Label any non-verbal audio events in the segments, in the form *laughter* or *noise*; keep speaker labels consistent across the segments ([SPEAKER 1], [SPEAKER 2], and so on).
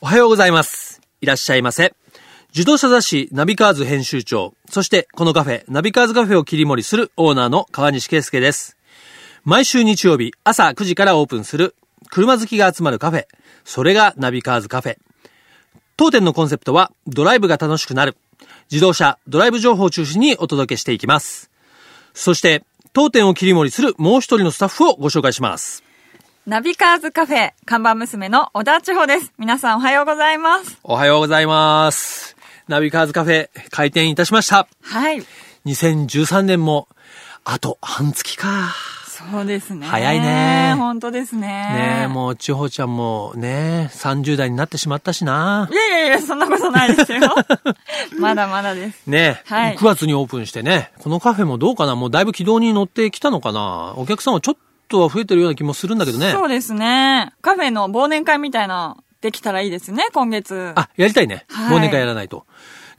[SPEAKER 1] おはようございます。いらっしゃいませ。自動車雑誌ナビカーズ編集長、そしてこのカフェ、ナビカーズカフェを切り盛りするオーナーの川西圭介です。毎週日曜日朝9時からオープンする車好きが集まるカフェ、それがナビカーズカフェ。当店のコンセプトはドライブが楽しくなる。自動車、ドライブ情報を中心にお届けしていきます。そして、当店を切り盛りするもう一人のスタッフをご紹介します。
[SPEAKER 2] ナビカーズカフェ、看板娘の小田千穂です。皆さんおはようございます。
[SPEAKER 1] おはようございます。ナビカーズカフェ開店いたしました。
[SPEAKER 2] はい。
[SPEAKER 1] 2013年もあと半月か。
[SPEAKER 2] そうですね。
[SPEAKER 1] 早いね
[SPEAKER 2] 本当ですね。
[SPEAKER 1] ねえ、もう千穂ちゃんもね、30代になってしまったしな。
[SPEAKER 2] いやいやいや、そんなことな
[SPEAKER 1] *laughs*
[SPEAKER 2] いですよ。まだまだです。
[SPEAKER 1] ねえ、
[SPEAKER 2] はい
[SPEAKER 1] 9月にオープンしてね、このカフェもどうかなもうだいぶ軌道に乗ってきたのかなお客さんはちょっとは増えてるような気もするんだけどね。
[SPEAKER 2] そうですね。カフェの忘年会みたいな、できたらいいですね、今月。
[SPEAKER 1] あ、やりたいね。
[SPEAKER 2] はい
[SPEAKER 1] 忘年会やらないと。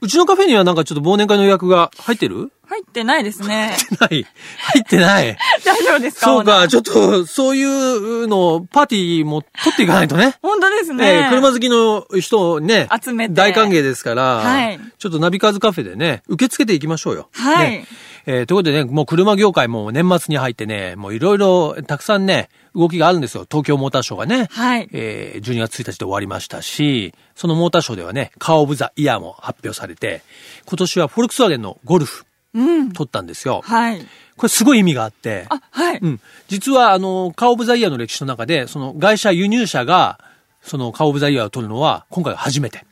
[SPEAKER 1] うちのカフェにはなんかちょっと忘年会の予約が入ってる *laughs*
[SPEAKER 2] 入ってないですね。
[SPEAKER 1] ない。入ってない。
[SPEAKER 2] 大丈夫ですか
[SPEAKER 1] そう。
[SPEAKER 2] オーナー
[SPEAKER 1] か、ちょっと、そういうの、パーティーも取っていかないとね。
[SPEAKER 2] 本当ですね。
[SPEAKER 1] ね、車好きの人をね、
[SPEAKER 2] 集めて
[SPEAKER 1] 大歓迎ですから、
[SPEAKER 2] はい
[SPEAKER 1] ちょっとナビカーズカフェでね、受け付けていきましょうよ。
[SPEAKER 2] はい
[SPEAKER 1] ねえーということでね、もう車業界も年末に入ってね、もういろいろたくさんね、動きがあるんですよ。東京モーターショーがね、
[SPEAKER 2] はい
[SPEAKER 1] えー12月1日で終わりましたし、そのモーターショーではね、カーオブザイヤーも発表されて、今年はフォルクスワーゲンのゴルフ、
[SPEAKER 2] うん。
[SPEAKER 1] 取ったんですよ。
[SPEAKER 2] はい。
[SPEAKER 1] これすごい意味があって、
[SPEAKER 2] あ、はい。
[SPEAKER 1] うん。実は、あの、カーオブザイヤーの歴史の中で、その外車輸入車が、そのカーオブザイヤーを取るのは、今回が初めて。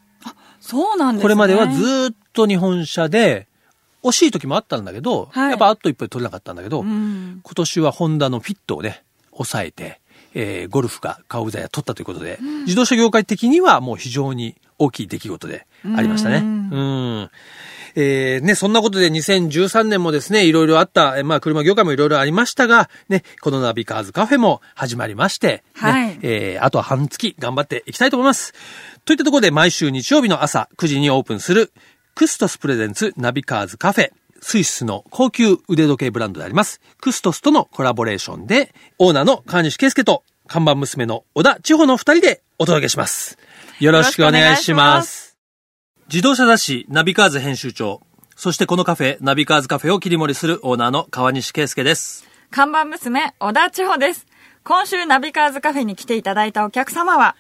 [SPEAKER 2] そうなんですね。
[SPEAKER 1] これまではずーっと日本車で、惜しい時もあったんだけど、
[SPEAKER 2] はい
[SPEAKER 1] やっぱあと一歩で取れなかったんだけど、
[SPEAKER 2] うん。
[SPEAKER 1] 今年はホンダのフィットをね、抑えて、えーゴルフがカーオブザイヤー取ったということで、自動車業界的にはもう非常に大きい出来事でありましたね。う
[SPEAKER 2] うん
[SPEAKER 1] ん。えーね、そんなことで2013年もですね、いろいろあった、えーまあ車業界もいろいろありましたが、ね、このナビカーズカフェも始まりまして、ね
[SPEAKER 2] はい
[SPEAKER 1] えーあとは半月頑張っていきたいと思います。といったところで毎週日曜日の朝9時にオープンするクストスプレゼンツナビカーズカフェ。スイスの高級腕時計ブランドであります。クストスとのコラボレーションで、オーナーの川西圭介と看板娘の小田千穂の二人でお届けします。よろしくお願いします。自動車雑誌ナビカーズ編集長、そしてこのカフェ、ナビカーズカフェを切り盛りするオーナーの川西圭介です。
[SPEAKER 2] 看板娘、小田千穂です。今週ナビカーズカフェに来ていただいたお客様は、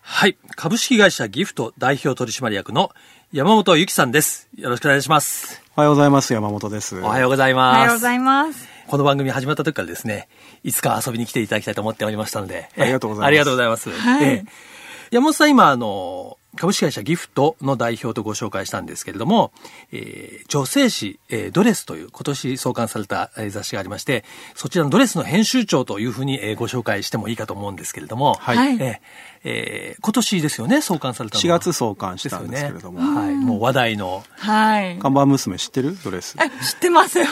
[SPEAKER 1] はい。株式会社ギフト代表取締役の山本由紀さんです。よろしくお願いします。
[SPEAKER 3] おはようございます。山本です。
[SPEAKER 1] おはようござい
[SPEAKER 2] お
[SPEAKER 1] ます。
[SPEAKER 2] はようございます。
[SPEAKER 1] この番組始まった時からですね、いつか遊びに来ていただきたいと思っておりましたので。
[SPEAKER 3] ありがとうございます
[SPEAKER 1] ありがとうございます。
[SPEAKER 2] はい
[SPEAKER 1] ええ山本さん、今、あの、株式会社ギフトの代表とご紹介したんですけれども、えー女性誌、えードレスという今年創刊されたえー雑誌がありまして、そちらのドレスの編集長というふうに、えーご紹介してもいいかと思うんですけれども、
[SPEAKER 3] はい
[SPEAKER 2] はい
[SPEAKER 1] えーえー今年ですよね、創刊されたの
[SPEAKER 3] 4
[SPEAKER 1] は
[SPEAKER 3] 月創刊したんですけれども。
[SPEAKER 1] よねはい。もう話題の。
[SPEAKER 2] はい。
[SPEAKER 3] 看板娘知ってるドレス。
[SPEAKER 2] え、知っ
[SPEAKER 1] *laughs*
[SPEAKER 2] てますよ。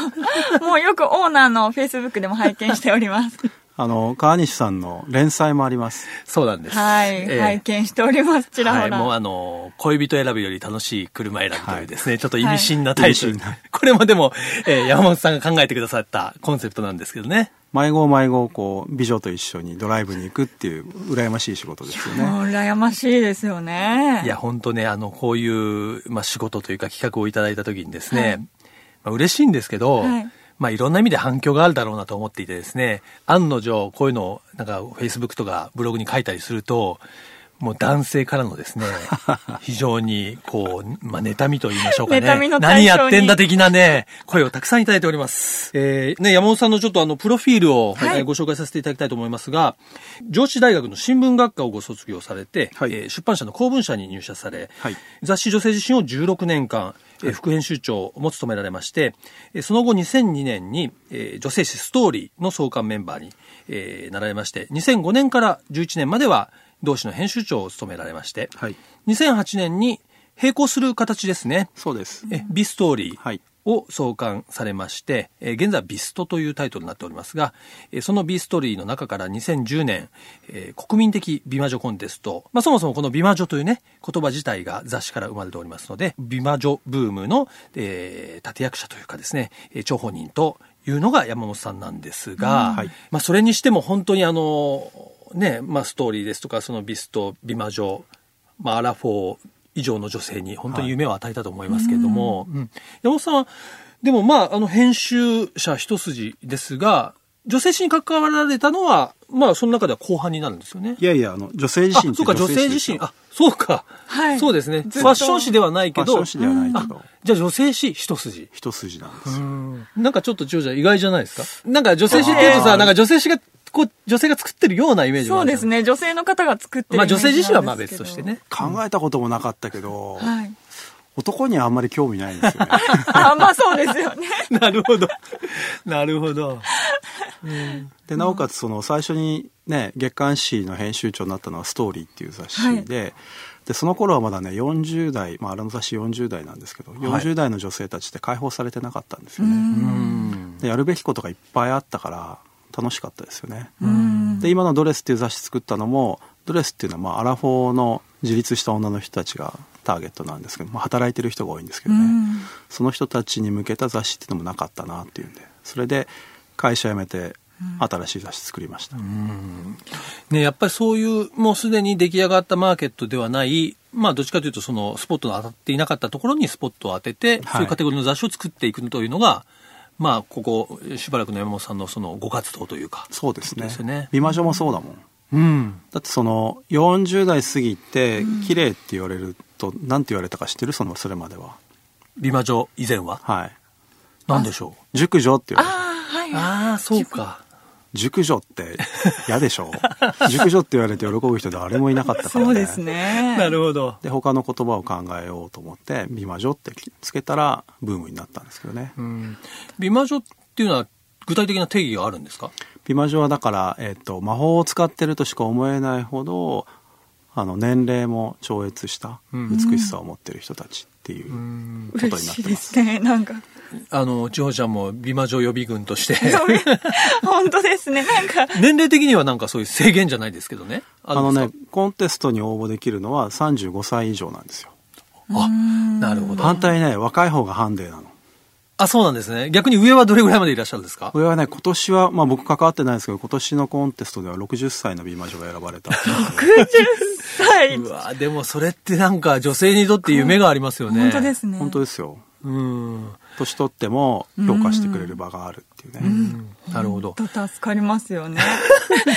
[SPEAKER 2] もうよくオーナーのフェイスブックでも拝見しており
[SPEAKER 1] *laughs*
[SPEAKER 2] ます。
[SPEAKER 3] あの、川西さんの連載もあります。
[SPEAKER 1] そうなんです。
[SPEAKER 2] はい、
[SPEAKER 1] えー
[SPEAKER 2] 拝見しております、ちらほ
[SPEAKER 1] はい、
[SPEAKER 2] ら。
[SPEAKER 1] もうあの、恋人選ぶより楽しい車選ぶというですね、ちょっと意
[SPEAKER 2] はい
[SPEAKER 1] 味深なタイトル。
[SPEAKER 3] 意味深な
[SPEAKER 1] これもでも、えー山本さんが考えてくださったコンセプトなんですけどね。
[SPEAKER 3] 迷子迷子をこう、美女と一緒にドライブに行くっていう、羨ましい仕事ですよね。
[SPEAKER 2] もう羨ましいですよね。
[SPEAKER 1] いや、本当ね、あの、こういう、まあ、仕事というか企画をいただいた時にですね、まあ、嬉しいんですけど、
[SPEAKER 2] はい
[SPEAKER 1] まあ、いろんな意味で反響があるだろうなと思っていてですね、案の定、こういうのを、なんか、Facebook とかブログに書いたりすると、もう男性からの
[SPEAKER 2] *laughs*
[SPEAKER 1] ですね、非常に、こう、まあ、妬みと言いましょうかね。
[SPEAKER 2] 妬みの対
[SPEAKER 1] 何
[SPEAKER 2] 象に
[SPEAKER 1] やってんだ的なね、声をたくさんいただいております。えー、ね、山本さんのちょっとあの、プロフィールを、
[SPEAKER 2] はい
[SPEAKER 1] えーご紹介させていただきたいと思いますが、上智大学の新聞学科をご卒業されて、
[SPEAKER 3] はい
[SPEAKER 1] えー出版社の公文社に入社され、
[SPEAKER 3] はい
[SPEAKER 1] 雑誌女性自身を16年間、えー副編集長も務められまして、えーその後2002年に、えー女性誌ストーリーの創刊メンバーに、えーなられまして、2005年から11年までは同誌の編集長を務められまして、
[SPEAKER 3] はい
[SPEAKER 1] 2008年に並行する形ですね、
[SPEAKER 3] そうです。
[SPEAKER 1] えビストーリー、
[SPEAKER 3] はい
[SPEAKER 1] を創刊されまして、えー現在はビストというタイトルになっておりますが、えーそのビストリーの中から2010年、えー国民的美魔女コンテスト、まあ、そもそもこの美魔女というね、言葉自体が雑誌から生まれておりますので、美魔女ブームの、えー立役者というかですね、えー張本人というのが山本さんなんですが、
[SPEAKER 3] はい
[SPEAKER 1] まあ、それにしても本当にあの、ね、まあ、ストーリーですとか、そのビスト、美魔女、まあ、アラフォー以上の女性に本当に夢を与えたと思いますけれども、うん山本さんは、でもまあ、あの、編集者一筋ですが、女性誌に関わられたのは、まあ、その中では後半になるんですよね
[SPEAKER 3] い。やいや、あの、女性自
[SPEAKER 1] あ、
[SPEAKER 3] 身って
[SPEAKER 1] そうか、女性自身。
[SPEAKER 3] あ、
[SPEAKER 1] あ、そうか。
[SPEAKER 2] はい
[SPEAKER 1] そうですね。フ
[SPEAKER 2] ずっと
[SPEAKER 1] ァッション誌ではない
[SPEAKER 3] ファ
[SPEAKER 1] け
[SPEAKER 3] ッショ
[SPEAKER 1] ど、
[SPEAKER 3] ン誌ではないけど
[SPEAKER 1] あ、じゃあ女性誌一筋。
[SPEAKER 3] 一筋なんですよ。
[SPEAKER 1] なんかちょっと長者意外じゃないですかなんか女性誌っていうと
[SPEAKER 3] あ
[SPEAKER 1] さ、
[SPEAKER 3] ー
[SPEAKER 1] なんか女性誌が、こう、女性が作ってるようなイメージも
[SPEAKER 2] そ
[SPEAKER 1] あ
[SPEAKER 2] う
[SPEAKER 1] るじ
[SPEAKER 2] で
[SPEAKER 1] ゃん
[SPEAKER 2] す。ね。女性の方が作ってる
[SPEAKER 1] まあ
[SPEAKER 2] イメ
[SPEAKER 1] 女
[SPEAKER 2] ージな
[SPEAKER 1] 性
[SPEAKER 2] んで
[SPEAKER 1] 自身
[SPEAKER 2] すけど
[SPEAKER 1] はまあ別としてね。。
[SPEAKER 3] 考えたこともなかったけど、
[SPEAKER 2] はい。
[SPEAKER 1] *laughs*
[SPEAKER 3] 男にはあんまり興味ないんですよね。
[SPEAKER 2] あ、まあそうですよ
[SPEAKER 1] *laughs*
[SPEAKER 2] ね。
[SPEAKER 1] なるほど。なるほど。
[SPEAKER 3] でなおかつその最初にね月刊誌の編集長になったのは「ストーリーっていう雑誌で,、でその頃はまだね40代、まあ、あれの雑誌40代なんですけど、40代の女性たちって解放されてなかったんですよねでやるべきことがいっぱいあったから楽しかったですよねで今の「ドレス」っていう雑誌作ったのもドレスっていうのはまあアラフォーの自立した女の人たちがターゲットなんですけど、まあ、働いてる人が多いんですけどね、その人たちに向けた雑誌っていうのもなかったなっていうんでそれで会社辞めて新しい雑誌作りました、
[SPEAKER 1] ね、やっぱりそういう、もうすでに出来上がったマーケットではない、まあどっちかというとそのスポットの当たっていなかったところにスポットを当てて、
[SPEAKER 3] い
[SPEAKER 1] そういうカテゴリーの雑誌を作っていくというのが、まあここしばらくの山本さんのそのご活動というか。
[SPEAKER 3] そうですね
[SPEAKER 1] そうですよね
[SPEAKER 3] 美魔女もそうだもん
[SPEAKER 1] うん。
[SPEAKER 3] だってその40代過ぎて綺麗って言われると何て言われたか知ってるそのそれまでは
[SPEAKER 1] 美魔女以前は
[SPEAKER 3] はい
[SPEAKER 1] 何でしょ。
[SPEAKER 3] 熟女って言われた
[SPEAKER 2] ああ、はいう
[SPEAKER 1] ああ、そうか。
[SPEAKER 3] 熟女って嫌でしょ *laughs* 熟女って言われて喜ぶ人誰もいなかったからね
[SPEAKER 2] そうですね。
[SPEAKER 1] なるほど。
[SPEAKER 3] で他の言葉を考えようと思って美魔女ってつけたらブームになったんですけどね、
[SPEAKER 1] 美魔女っていうのは具体的な定義があるんですか
[SPEAKER 3] 美魔女はだから、えっと魔法を使ってるとしか思えないほどあの年齢も超越した美しさを持ってる人たちっていうこと
[SPEAKER 2] 嬉
[SPEAKER 3] になってます
[SPEAKER 2] しいですね。なんか、
[SPEAKER 1] あの、千穂ちゃんも美魔女予備軍と
[SPEAKER 2] *laughs*
[SPEAKER 1] して、
[SPEAKER 2] 本当です
[SPEAKER 3] *laughs*
[SPEAKER 2] ね。なんか、
[SPEAKER 1] 年齢的にはなんかそういう制限じゃないですけどね。
[SPEAKER 3] あ
[SPEAKER 1] るん
[SPEAKER 3] の
[SPEAKER 1] ですか
[SPEAKER 3] ねコンテストに応募できるのは35歳以上なんですよ
[SPEAKER 1] あ、なるほど。
[SPEAKER 3] 反対ね若い方がハンデなの
[SPEAKER 1] あ、そうなんですね。逆に上はどれぐらいまでいらっしゃるんですか
[SPEAKER 3] これはね今年は、まあ、僕関わってないですけど今年のコンテストでは60歳の美魔女が選ば
[SPEAKER 2] *laughs*
[SPEAKER 3] れた
[SPEAKER 2] はい。
[SPEAKER 1] うわでもそれってなんか女性にとって夢がありますよね。
[SPEAKER 2] 本当で。すね。
[SPEAKER 3] 本当ですよ
[SPEAKER 1] うん。
[SPEAKER 3] 年取っても評価してくれる場があるっていうね
[SPEAKER 1] なるほど。
[SPEAKER 2] 本当助かりますよ
[SPEAKER 3] *laughs*
[SPEAKER 2] ね。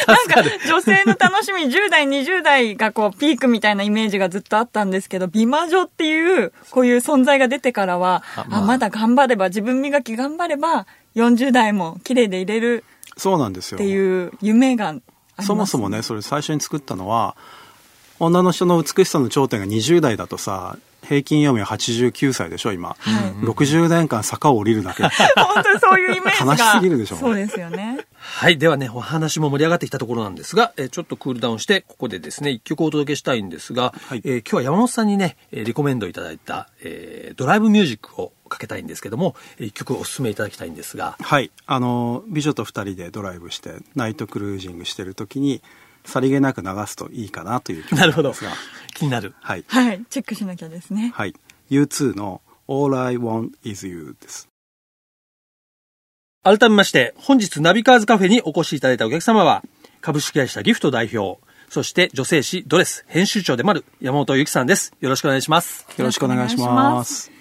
[SPEAKER 2] なんか女性の楽しみ10代20代がこうピークみたいなイメージがずっとあったんですけど美魔女っていうこういう存在が出てからは
[SPEAKER 1] あ
[SPEAKER 2] あ、
[SPEAKER 1] まあ
[SPEAKER 2] まだ頑張れば自分磨き頑張れば40代も綺麗でいれる
[SPEAKER 3] そうなんです
[SPEAKER 2] っ
[SPEAKER 3] よ
[SPEAKER 2] ていう夢があります
[SPEAKER 3] そもそもねそれ最初に作ったのは女の人の美しさの頂点が20代だとさ平均余命89歳でしょ今、60年間坂を降りるだ
[SPEAKER 2] *laughs*
[SPEAKER 3] け
[SPEAKER 2] 本当にそういうイメージが
[SPEAKER 3] 悲しすぎるでしょ
[SPEAKER 2] そうですよね
[SPEAKER 1] はい。ではね、お話も盛り上がってきたところなんですが、えーちょっとクールダウンして、ここでですね、一曲お届けしたいんですが、
[SPEAKER 3] い
[SPEAKER 1] えー今日は山本さんにね、えーリコメンドいただいた、えードライブミュージックをかけたいんですけども、えー一曲お勧めいただきたいんですが、
[SPEAKER 3] はいあの美女と2人でドライブしてナイトクルージングしてる時にさりげなく流すといいかなという曲
[SPEAKER 1] なる
[SPEAKER 3] な
[SPEAKER 1] ほ
[SPEAKER 3] ん
[SPEAKER 1] ど
[SPEAKER 3] ですが。
[SPEAKER 1] 気になる。
[SPEAKER 3] はい、
[SPEAKER 2] はいチェックしなきゃですね
[SPEAKER 3] はい、U2 の「All I Want Is You」です
[SPEAKER 1] 改めまして、本日ナビカーズカフェにお越しいただいたお客様は、株式会社ギフト代表、そして女性誌ドレス編集長でもある山本由紀さんです。よろしくお願いします。
[SPEAKER 3] よろしくお願いし
[SPEAKER 2] よろしくお願いし
[SPEAKER 3] ま
[SPEAKER 2] ます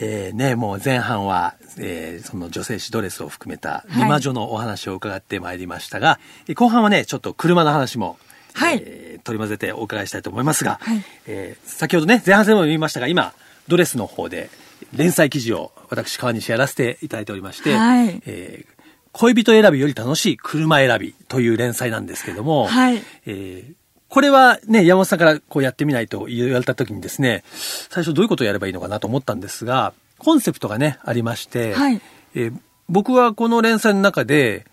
[SPEAKER 1] えーね、もう前半は、えーその女性誌ドレスを含めた
[SPEAKER 2] い
[SPEAKER 1] 美魔女のお話を伺ってまいりましたが、えー後半はね、ちょっと車の話も、
[SPEAKER 2] はい
[SPEAKER 1] えー取り混ぜてお伺いしたいと思いますが、
[SPEAKER 2] はい
[SPEAKER 1] えー先ほどね、前半戦でも言いましたが、今、ドレスの方で連載記事を私、川西やらせていただいておりまして、
[SPEAKER 2] はい
[SPEAKER 1] えー恋人選びより楽しい車選びという連載なんですけども、
[SPEAKER 2] はい
[SPEAKER 1] えーこれはね、山本さんからこうやってみないと言われた時にですね、最初どういうことをやればいいのかなと思ったんですが、コンセプトがね、ありまして、
[SPEAKER 2] はい
[SPEAKER 1] えー僕はこの連載の中で、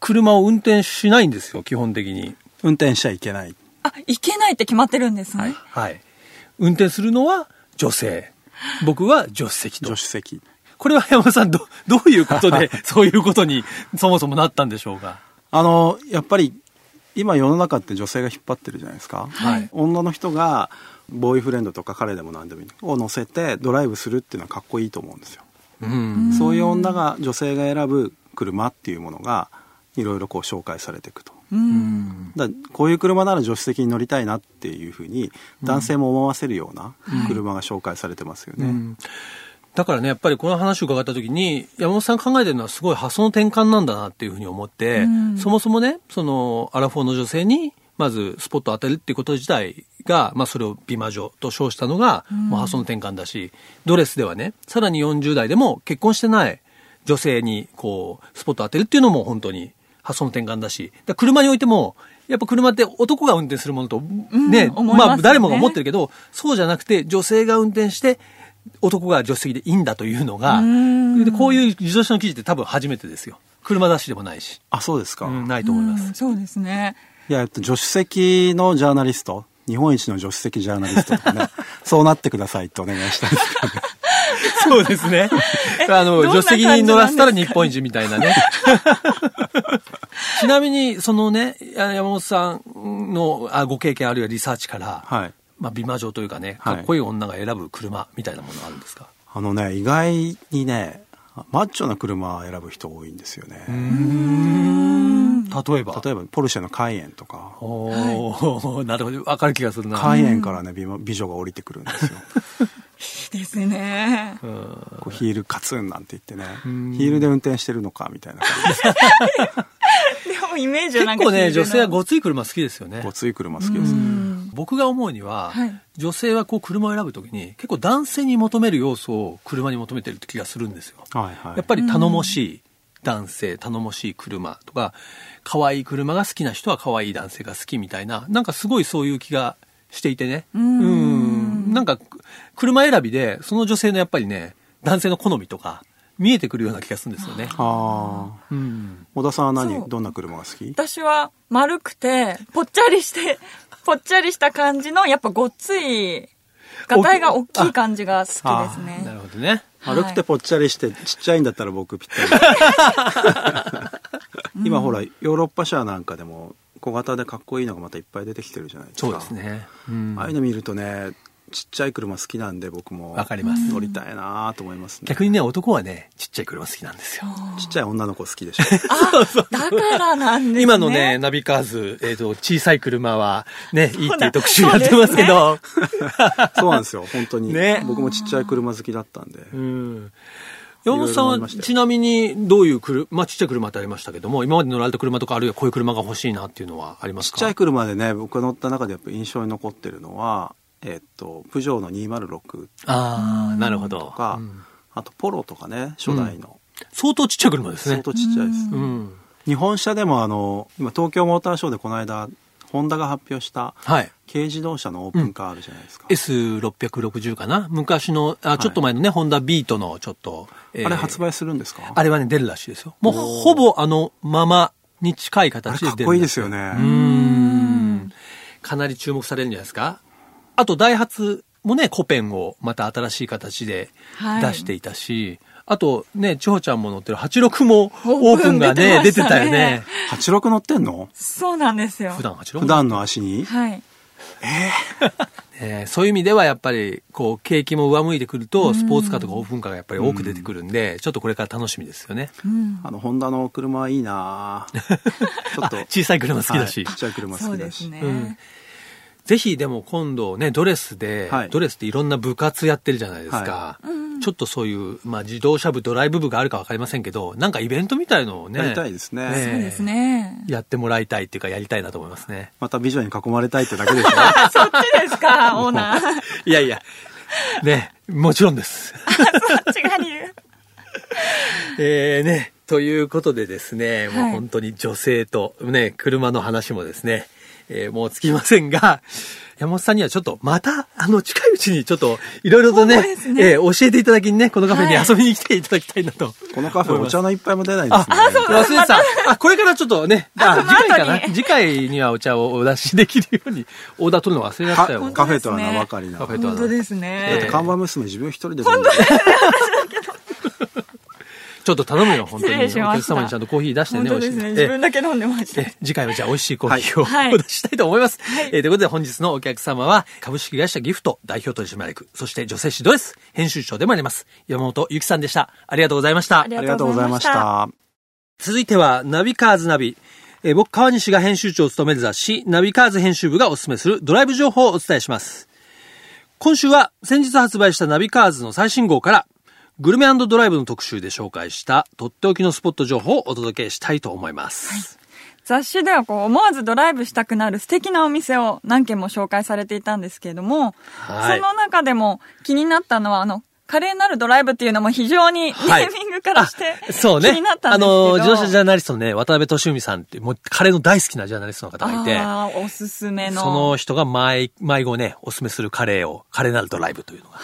[SPEAKER 1] 車を運転しないんですよ、基本的に。
[SPEAKER 3] 運転しちゃいけない
[SPEAKER 2] あいけないって決まってるんですね、
[SPEAKER 1] はい。運転するのは女性。僕は助手席
[SPEAKER 3] 助
[SPEAKER 1] と
[SPEAKER 3] 手。席
[SPEAKER 1] これは山本さん、ど、どういうこと *laughs* で、そういうことにそもそもなったんでしょうか。
[SPEAKER 3] あのやっぱり今世の中って女性が引っ張ってるじゃないですか、
[SPEAKER 1] はい
[SPEAKER 3] 女の人がボーイフレンドとか彼でも何でもいいを乗せてドライブするっていうのはかっこいいと思うんですよ
[SPEAKER 1] うん。
[SPEAKER 3] そういう女が女性が選ぶ車っていうものがいろいろこう紹介されていくと
[SPEAKER 2] うん
[SPEAKER 3] だからこういう車なら助手席に乗りたいなっていうふうに男性も思わせるような車が紹介されてますよね。
[SPEAKER 1] だからね、やっぱりこの話を伺った時に、山本さん考えてるのはすごい発想の転換なんだなっていうふうに思って、
[SPEAKER 2] うん
[SPEAKER 1] そもそもね、その、アラフォーの女性に、まずスポットを当てるっていうこと自体が、まあそれを美魔女と称したのが、もう発想の転換だし、ドレスではね、さらに40代でも結婚してない女性に、こう、スポットを当てるっていうのも本当に発想の転換だし、だから車においても、やっぱ車って男が運転するものと、ね、
[SPEAKER 2] 思いますよね
[SPEAKER 1] まあ誰もが思ってるけど、そうじゃなくて女性が運転して、男が助手席でいいんだというのが、
[SPEAKER 2] うん
[SPEAKER 1] でこういう自動車の記事って多分初めてですよ。車雑誌でもないし。
[SPEAKER 3] あそうですか、
[SPEAKER 1] うん
[SPEAKER 3] い
[SPEAKER 1] ないと思います。
[SPEAKER 2] うんそうですね。
[SPEAKER 3] やえっと助手席のジャーナリスト日本一の助手席ジャーナリストとかねそうなってくださいってお願いしたいですけどね
[SPEAKER 1] *laughs* そうですね。あの、
[SPEAKER 2] ど
[SPEAKER 1] 助
[SPEAKER 2] んな
[SPEAKER 1] 手席に乗らせたら日本一みたいなね。 *laughs* ちなみに、そのね、あの山本さんのあご経験あるいはリサーチから、
[SPEAKER 3] はい
[SPEAKER 1] まあ、美魔女というかね、か
[SPEAKER 3] はい
[SPEAKER 1] っこいい女が選ぶ車みたいなものあるんですか、
[SPEAKER 3] あのね意外にねマッチョな車を選ぶ人多いんですよね、
[SPEAKER 1] 例えば。
[SPEAKER 3] 例えばポルシェのカイエンとか
[SPEAKER 1] おー *laughs* なるほど。わかる気がするな。
[SPEAKER 3] カイエンからね美美女が降りてくるんですよ
[SPEAKER 2] いいですね。
[SPEAKER 1] うん
[SPEAKER 3] こうヒールカツンなんて言ってねヒールで運転してるのかみたいな感じ
[SPEAKER 2] でもイメージはな
[SPEAKER 1] 結
[SPEAKER 2] ん
[SPEAKER 1] 構
[SPEAKER 2] か
[SPEAKER 1] ね、
[SPEAKER 2] 聞いてな
[SPEAKER 1] 女性はごつい車好きですよね
[SPEAKER 3] でご。つい車好きです
[SPEAKER 2] う
[SPEAKER 3] ね
[SPEAKER 2] ん
[SPEAKER 1] 僕が思うには、
[SPEAKER 2] はい
[SPEAKER 1] 女性はこう車を選ぶときに結構男性に求める要素を車に求めてるって気がするんですよ。
[SPEAKER 3] はいはい
[SPEAKER 1] やっぱり頼もしい男性、頼もしい車とか、可愛い車が好きな人は可愛い男性が好きみたいな、なんかすごいそういう気がしていてね。
[SPEAKER 2] うん
[SPEAKER 1] うんなんか、車選びで、その女性のやっぱりね、男性の好みとか、見えてくるような気がするんですよね。
[SPEAKER 3] ああ
[SPEAKER 1] うん
[SPEAKER 3] 小田さんは
[SPEAKER 2] そ
[SPEAKER 3] 何
[SPEAKER 2] う
[SPEAKER 3] どんな車が好き
[SPEAKER 2] 私は丸くて、ぽっちゃりして、 *laughs* ぽっちゃりした感じの、やっぱごっつい、がたいが大きい感じが好きです
[SPEAKER 1] なる
[SPEAKER 2] ね。
[SPEAKER 1] ほどね。
[SPEAKER 2] はい
[SPEAKER 3] 丸くてぽっちゃりしてちっちゃいんだったら僕ぴったり今ほらヨーロッパ車なんかでも小型でかっこいいのがまたいっぱい出てきてるじゃないですか
[SPEAKER 1] そうですね。うん
[SPEAKER 3] ああいうの見るとねちっちゃい車好きなんで僕も
[SPEAKER 1] わかります
[SPEAKER 3] 乗りたいなと思いますね
[SPEAKER 1] 逆にね、男はね、ちっちゃい車好きなんですよ。
[SPEAKER 3] ちっちゃい女の子好きでしょ
[SPEAKER 2] だからなんですね。
[SPEAKER 1] 今のね、、ナビカーズ、えっ、と、小さい車は、ね、いいっていう特集
[SPEAKER 2] そう
[SPEAKER 1] や
[SPEAKER 2] だ
[SPEAKER 1] ってますけど、
[SPEAKER 3] そうなんですよ本当に、
[SPEAKER 1] ね
[SPEAKER 3] 僕もちっちゃい車好きだったんで、
[SPEAKER 1] うん。山本さん
[SPEAKER 3] いろいろあ
[SPEAKER 1] は、
[SPEAKER 3] りましたよ
[SPEAKER 1] ちなみに、どういう車、まあ、ちっちゃい車ってありましたけども、今まで乗られた車とか、あるいはこういう車が欲しいなっていうのはあります
[SPEAKER 3] ちっ
[SPEAKER 1] か
[SPEAKER 3] ちゃい車でね僕が乗った中でやっぱ印象に残ってるのはえっとプジョーの206
[SPEAKER 1] ああ、なるほど。
[SPEAKER 3] とか、
[SPEAKER 1] うん
[SPEAKER 3] あとポロとかね初代の、
[SPEAKER 1] 相当ちっちゃい車です
[SPEAKER 3] 相
[SPEAKER 1] ね。
[SPEAKER 3] 当ちっちゃいです、
[SPEAKER 1] うん。
[SPEAKER 3] 日本車でもあの今東京モーターショーでこの間ホンダが発表した
[SPEAKER 1] はい。
[SPEAKER 3] 軽自動車のオープンカーあるじゃないですか、
[SPEAKER 1] S660 かな昔の、あ、ちょっと前のね、ホンダビートのちょっと、えー
[SPEAKER 3] あれ発売するんですか
[SPEAKER 1] あれはね、出るらしいですよ。もう、ほぼあのままに近い
[SPEAKER 3] あれ
[SPEAKER 1] 形で出
[SPEAKER 3] かっ
[SPEAKER 1] る。
[SPEAKER 3] こいいですよね、
[SPEAKER 1] うんかなり注目されるんじゃないですか。あと、ダイハツもね、コペンをまた新しい形で
[SPEAKER 2] はい
[SPEAKER 1] 出していたし、あとね、千穂ちゃんも乗ってる86もオー
[SPEAKER 2] オー
[SPEAKER 1] プ
[SPEAKER 2] プ
[SPEAKER 1] ン
[SPEAKER 2] ン
[SPEAKER 1] が
[SPEAKER 2] が
[SPEAKER 1] ね、
[SPEAKER 2] ね
[SPEAKER 1] 出てたよね。
[SPEAKER 3] 86乗ってんの
[SPEAKER 2] そうなんですよ。
[SPEAKER 1] 普段86
[SPEAKER 3] 普段の足に
[SPEAKER 2] はい。
[SPEAKER 1] えーそういう意味ではやっぱり、こう、景気も上向いてくると、スポーツカーとかオープンカーがやっぱり多く出てくるんで、ちょっとこれから楽しみですよね。
[SPEAKER 2] うん。
[SPEAKER 3] あのホンダの車はいいなぁちょっと
[SPEAKER 1] 小さい車好きだし。
[SPEAKER 3] はいちっちゃい車
[SPEAKER 2] そ
[SPEAKER 3] 好
[SPEAKER 2] う
[SPEAKER 3] き
[SPEAKER 2] で
[SPEAKER 3] だ
[SPEAKER 2] す
[SPEAKER 3] し、
[SPEAKER 2] ね。
[SPEAKER 1] うんぜひでも今度ね、ドレスで、
[SPEAKER 3] はい
[SPEAKER 1] ドレスっていろんな部活やってるじゃないですか。ちょっとそういう、まあ自動車部、ドライブ部があるかわかりませんけど、なんかイベントみたいのをね。
[SPEAKER 3] やりたいですね
[SPEAKER 2] そうですね。
[SPEAKER 1] やってもらいたいっていうかやりたいなと思いますね。
[SPEAKER 3] また美女に囲まれたいってだけでしょ
[SPEAKER 2] そっちですか、オー
[SPEAKER 1] *laughs*
[SPEAKER 2] ナー。そっ
[SPEAKER 1] いやいや、ね、もちろんです。
[SPEAKER 2] ちが理由。
[SPEAKER 1] えーね、ということでですね、も
[SPEAKER 2] は
[SPEAKER 1] う
[SPEAKER 2] い
[SPEAKER 1] 本当に女性とね、車の話もですね、えーもうつきませんが、山本さんにはちょっとまた、あの、近いうちにちょっと、いろいろとね
[SPEAKER 2] そうです、ね
[SPEAKER 1] えー教えていただきにね、このカフェに遊びに来ていただきたいなと。
[SPEAKER 3] このカフェお茶の一杯も出ないで
[SPEAKER 1] あ
[SPEAKER 3] すね、
[SPEAKER 1] 忘れてた。あ、これからちょっとね、あ、
[SPEAKER 2] あその
[SPEAKER 1] 次回かな。
[SPEAKER 2] 後に
[SPEAKER 1] 次回にはお茶をお出しできるように、オーダー取るの忘れましたよ。
[SPEAKER 3] カカフェとは名ばかりな
[SPEAKER 1] カフェとは
[SPEAKER 2] 本
[SPEAKER 1] な
[SPEAKER 2] 当です
[SPEAKER 1] え
[SPEAKER 3] だ
[SPEAKER 1] え
[SPEAKER 3] って
[SPEAKER 2] ね。
[SPEAKER 3] 看板娘自分一人で飲んでる
[SPEAKER 1] ちょっと頼むよ、本当に。
[SPEAKER 2] 失礼しま
[SPEAKER 1] お
[SPEAKER 2] した
[SPEAKER 1] 客様にちゃんとコーヒー出して
[SPEAKER 2] 本
[SPEAKER 1] ね、
[SPEAKER 2] 当です
[SPEAKER 1] 美
[SPEAKER 2] ね。
[SPEAKER 1] 味しい
[SPEAKER 2] 自分だけ飲んでまし
[SPEAKER 1] え
[SPEAKER 2] た
[SPEAKER 1] え。次回はじゃあ美味しいコーヒーを、
[SPEAKER 2] はい
[SPEAKER 1] お出ししたいと思います。
[SPEAKER 2] はい
[SPEAKER 1] えーということで本日のお客様は、株式会社ギフト代表取締役、そして女性誌ドレス編集長でもあります、山本ゆきさんでした。ありがとうございました。
[SPEAKER 2] あり
[SPEAKER 3] ありがとうございました。
[SPEAKER 1] 続いては、ナビカーズナビ。えー僕、川西が編集長を務める雑誌、ナビカーズ編集部がお勧めするドライブ情報をお伝えします。今週は、先日発売したナビカーズの最新号から、グルメドライブの特集で紹介した、とっておきのスポット情報をお届けしたいと思います。
[SPEAKER 2] 雑誌ではこう思わずドライブしたくなる素敵なお店を何軒も紹介されていたんですけれども、
[SPEAKER 1] はい
[SPEAKER 2] その中でも気になったのはあの華麗なるドライブっていうのも非常にネ
[SPEAKER 1] はい
[SPEAKER 2] ーミングからして、
[SPEAKER 1] あそうね。
[SPEAKER 2] 気になったんですけど
[SPEAKER 1] あの、自動車ジャーナリストのね、渡辺俊美さんって、もう、カレーの大好きなジャーナリストの方がいて、
[SPEAKER 2] あーおすすめの
[SPEAKER 1] その人が毎、毎後ね、おすすめするカレーを、カレーなるドライブというのが。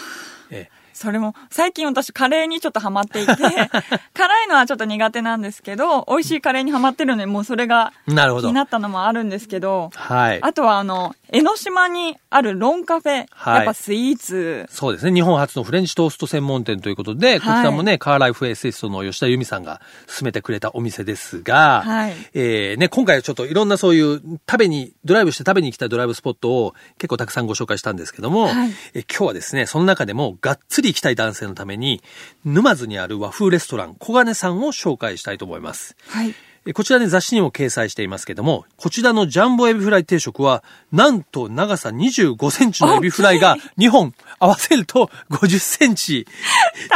[SPEAKER 1] え
[SPEAKER 2] それも、最近私カレーにちょっとハマっていて、
[SPEAKER 1] *laughs*
[SPEAKER 2] 辛いのはちょっと苦手なんですけど、美味しいカレーにハマってるので、もうそれが
[SPEAKER 1] えなるほ
[SPEAKER 2] 気
[SPEAKER 1] ど
[SPEAKER 2] に。なったのもあるんですけど、
[SPEAKER 1] はい。
[SPEAKER 2] あとはあの、江ノ島にあるロンカフェ、
[SPEAKER 1] はい
[SPEAKER 2] やっぱスイーツ、
[SPEAKER 1] そうですね。日本初のフレンチトースト専門店ということで、こちらもね、カーライフエッセイストの吉田由美さんが勧めてくれたお店ですが、
[SPEAKER 2] はい
[SPEAKER 1] えーね、今回はちょっといろんなそういう食べに、ドライブして食べに行きたいドライブスポットを結構たくさんご紹介したんですけども、
[SPEAKER 2] はい
[SPEAKER 1] えー今日はですね、その中でもがっつり行きたい男性のために、沼津にある和風レストラン、小金さんを紹介したいと思います。
[SPEAKER 2] はい、
[SPEAKER 1] えーこちらね、雑誌にも掲載していますけども、こちらのジャンボエビフライ定食は、なんと長さ25センチのエビフライが2本合わせると50センチ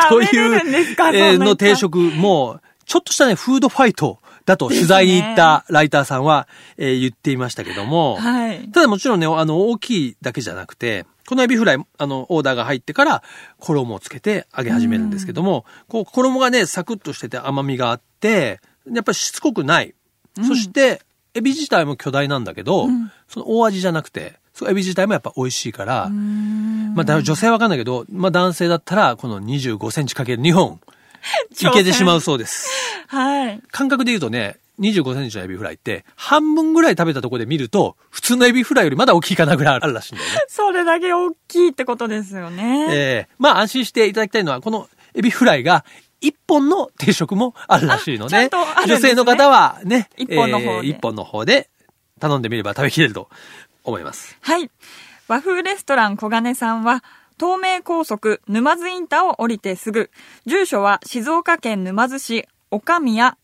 [SPEAKER 1] と
[SPEAKER 2] 食べれるんで
[SPEAKER 1] い
[SPEAKER 2] す
[SPEAKER 1] う、え
[SPEAKER 2] か
[SPEAKER 1] ー
[SPEAKER 2] そんなに
[SPEAKER 1] の定食、もう、ちょっとしたね、フードファイトだと取材に行ったライターさんは、えー言っていましたけども、
[SPEAKER 2] はい。
[SPEAKER 1] ただもちろんね、あの、大きいだけじゃなくて、このエビフライ、あの、オーダーが入ってから、衣をつけて揚げ始めるんですけども、こう、衣がね、サクッとしてて甘みがあって、やっぱりしつこくない。そして、エビ自体も巨大なんだけど、その大味じゃなくて、そのエビ自体もやっぱ美味しいから、まあだ、女性はわかんないけど、まあ男性だったら、この25センチかける2本、いけてしまうそうです。
[SPEAKER 2] はい。。
[SPEAKER 1] 感覚で言うとね、25センチのエビフライって、半分ぐらい食べたところで見ると、普通のエビフライよりまだ大きいかなぐらいあるらしいんだよね
[SPEAKER 2] *laughs* それだけ大きいってことですよね。
[SPEAKER 1] ええまあ安心していただきたいのは、このエビフライが、一本の定食もあるらしいので、
[SPEAKER 2] あちゃんとあるんで
[SPEAKER 1] 女
[SPEAKER 2] すね
[SPEAKER 1] 性の方はね、
[SPEAKER 2] 一本の方で
[SPEAKER 1] ええ一本の方で頼んでみれば食べきれると思います。
[SPEAKER 2] はい。和風レストラン小金さんは、東名高速沼津インターを降りてすぐ、住所は静岡県沼津市岡宮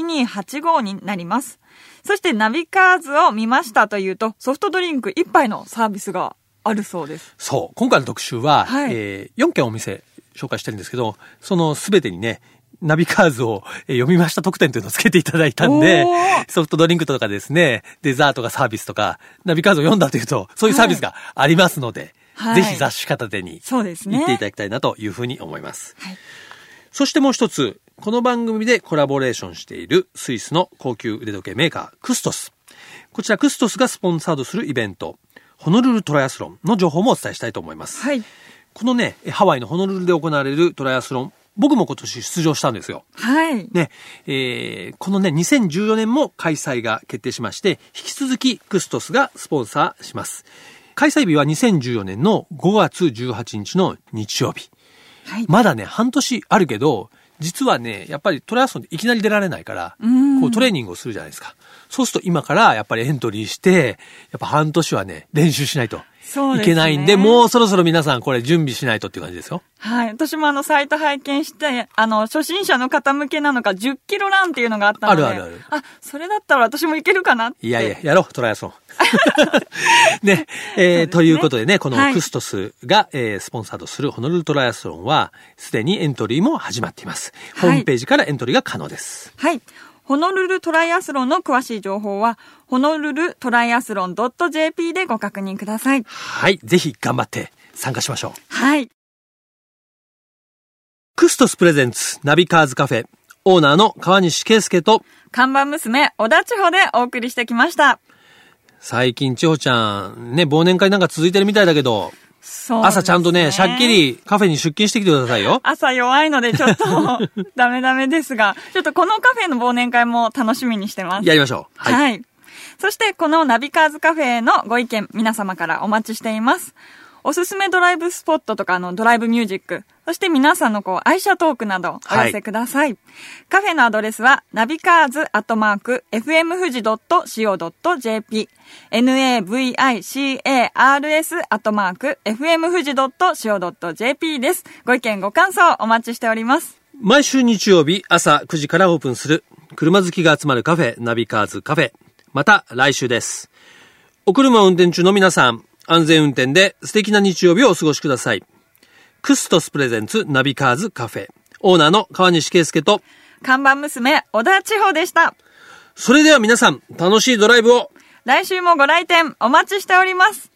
[SPEAKER 2] 1285になります。そしてナビカーズを見ましたというと、ソフトドリンク1杯のサービスがあるそうです。
[SPEAKER 1] そう。今回の特集は、
[SPEAKER 2] はい
[SPEAKER 1] えー4件お店紹介してるんですけど、その全てにね、ナビカーズをえー読みました特典というのをつけていただいたんで
[SPEAKER 2] おー、
[SPEAKER 1] ソフトドリンクとかですね、デザートがサービスとか、ナビカーズを読んだというと、そういうサービスがありますので、
[SPEAKER 2] はい
[SPEAKER 1] ぜひ雑誌片手に
[SPEAKER 2] そうですね
[SPEAKER 1] 行っていただきたいなというふうに思います。
[SPEAKER 2] はい
[SPEAKER 1] そしてもう一つ、この番組でコラボレーションしているスイスの高級腕時計メーカー、クストス。こちらクストスがスポンサードするイベント、ホノルルトライアスロンの情報もお伝えしたいと思います。
[SPEAKER 2] はい。
[SPEAKER 1] このね、ハワイのホノルルで行われるトライアスロン、僕も今年出場したんですよ。
[SPEAKER 2] はい。
[SPEAKER 1] ね、えーこのね、2014年も開催が決定しまして、引き続きクストスがスポンサーします。開催日は2014年の5月18日の日曜日。
[SPEAKER 2] はい。
[SPEAKER 1] まだね、半年あるけど、実はね、やっぱりトライアスロンっていきなり出られないから、
[SPEAKER 2] ん
[SPEAKER 1] こうトレーニングをするじゃないですか。そうすると今からやっぱりエントリーして、やっぱ半年はね、練習しないと
[SPEAKER 2] そう
[SPEAKER 1] い
[SPEAKER 2] ですね
[SPEAKER 1] けないんで、もうそろそろ皆さんこれ準備しないとっていう感じですよ。
[SPEAKER 2] はい。私もあの、サイト拝見して、あの、初心者の方向けなのか、10キロランっていうのがあったので。
[SPEAKER 1] あるある
[SPEAKER 2] ある。あ、それだったら私もいけるかなって。
[SPEAKER 1] いやいや、やろう、トライアスロン。
[SPEAKER 2] *laughs*
[SPEAKER 1] *laughs* ね、えーということでね、この
[SPEAKER 2] はい
[SPEAKER 1] クストスが、えースポンサードするホノルルトライアスロンは、すでにエントリーも始まっています。ホ
[SPEAKER 2] はい
[SPEAKER 1] ームページからエントリーが可能です。
[SPEAKER 2] はい。ホノルルトライアスロンの詳しい情報は、ホノルルトライアスロン .jp でご確認ください。
[SPEAKER 1] はい、ぜひ頑張って参加しましょう。
[SPEAKER 2] はい。
[SPEAKER 1] クストスプレゼンツナビカーズカフェオーナーの川西圭介と
[SPEAKER 2] 看板娘、小田千穂でお送りしてきました。
[SPEAKER 1] 最近千穂ちゃんね忘年会なんか続いてるみたいだけど、
[SPEAKER 2] そうですね、
[SPEAKER 1] 朝ちゃんとねしゃっきりカフェに出勤してきてくださいよ
[SPEAKER 2] 朝弱いのでち
[SPEAKER 1] *laughs*
[SPEAKER 2] ょっとダメダメですが、ちょっとこのカフェの忘年会も楽しみにしてます。
[SPEAKER 1] やりましょう
[SPEAKER 2] はい、
[SPEAKER 1] はい、
[SPEAKER 2] そして、このナビカーズカフェのご意見、皆様からお待ちしています。おすすめドライブスポットとかあのドライブミュージック、そして皆さんのこう愛車トークなどお寄せください。カフェのアドレスは、ナビカーズアットマーク、fmfuji.co.jp、navicars アットマーク、fmfuji.co.jp です。ご意見、ご感想お待ちしております。
[SPEAKER 1] 毎週日曜日朝9時からオープンする車好きが集まるカフェナビカーズカフェまた来週です。お車を運転中の皆さん、安全運転で素敵な日曜日をお過ごしください。クストスプレゼンツナビカーズカフェ。オーナーの川西圭介と、
[SPEAKER 2] 看板娘、小田千穂でした。
[SPEAKER 1] それでは皆さん、楽しいドライブを
[SPEAKER 2] 来週もご来店お待ちしております。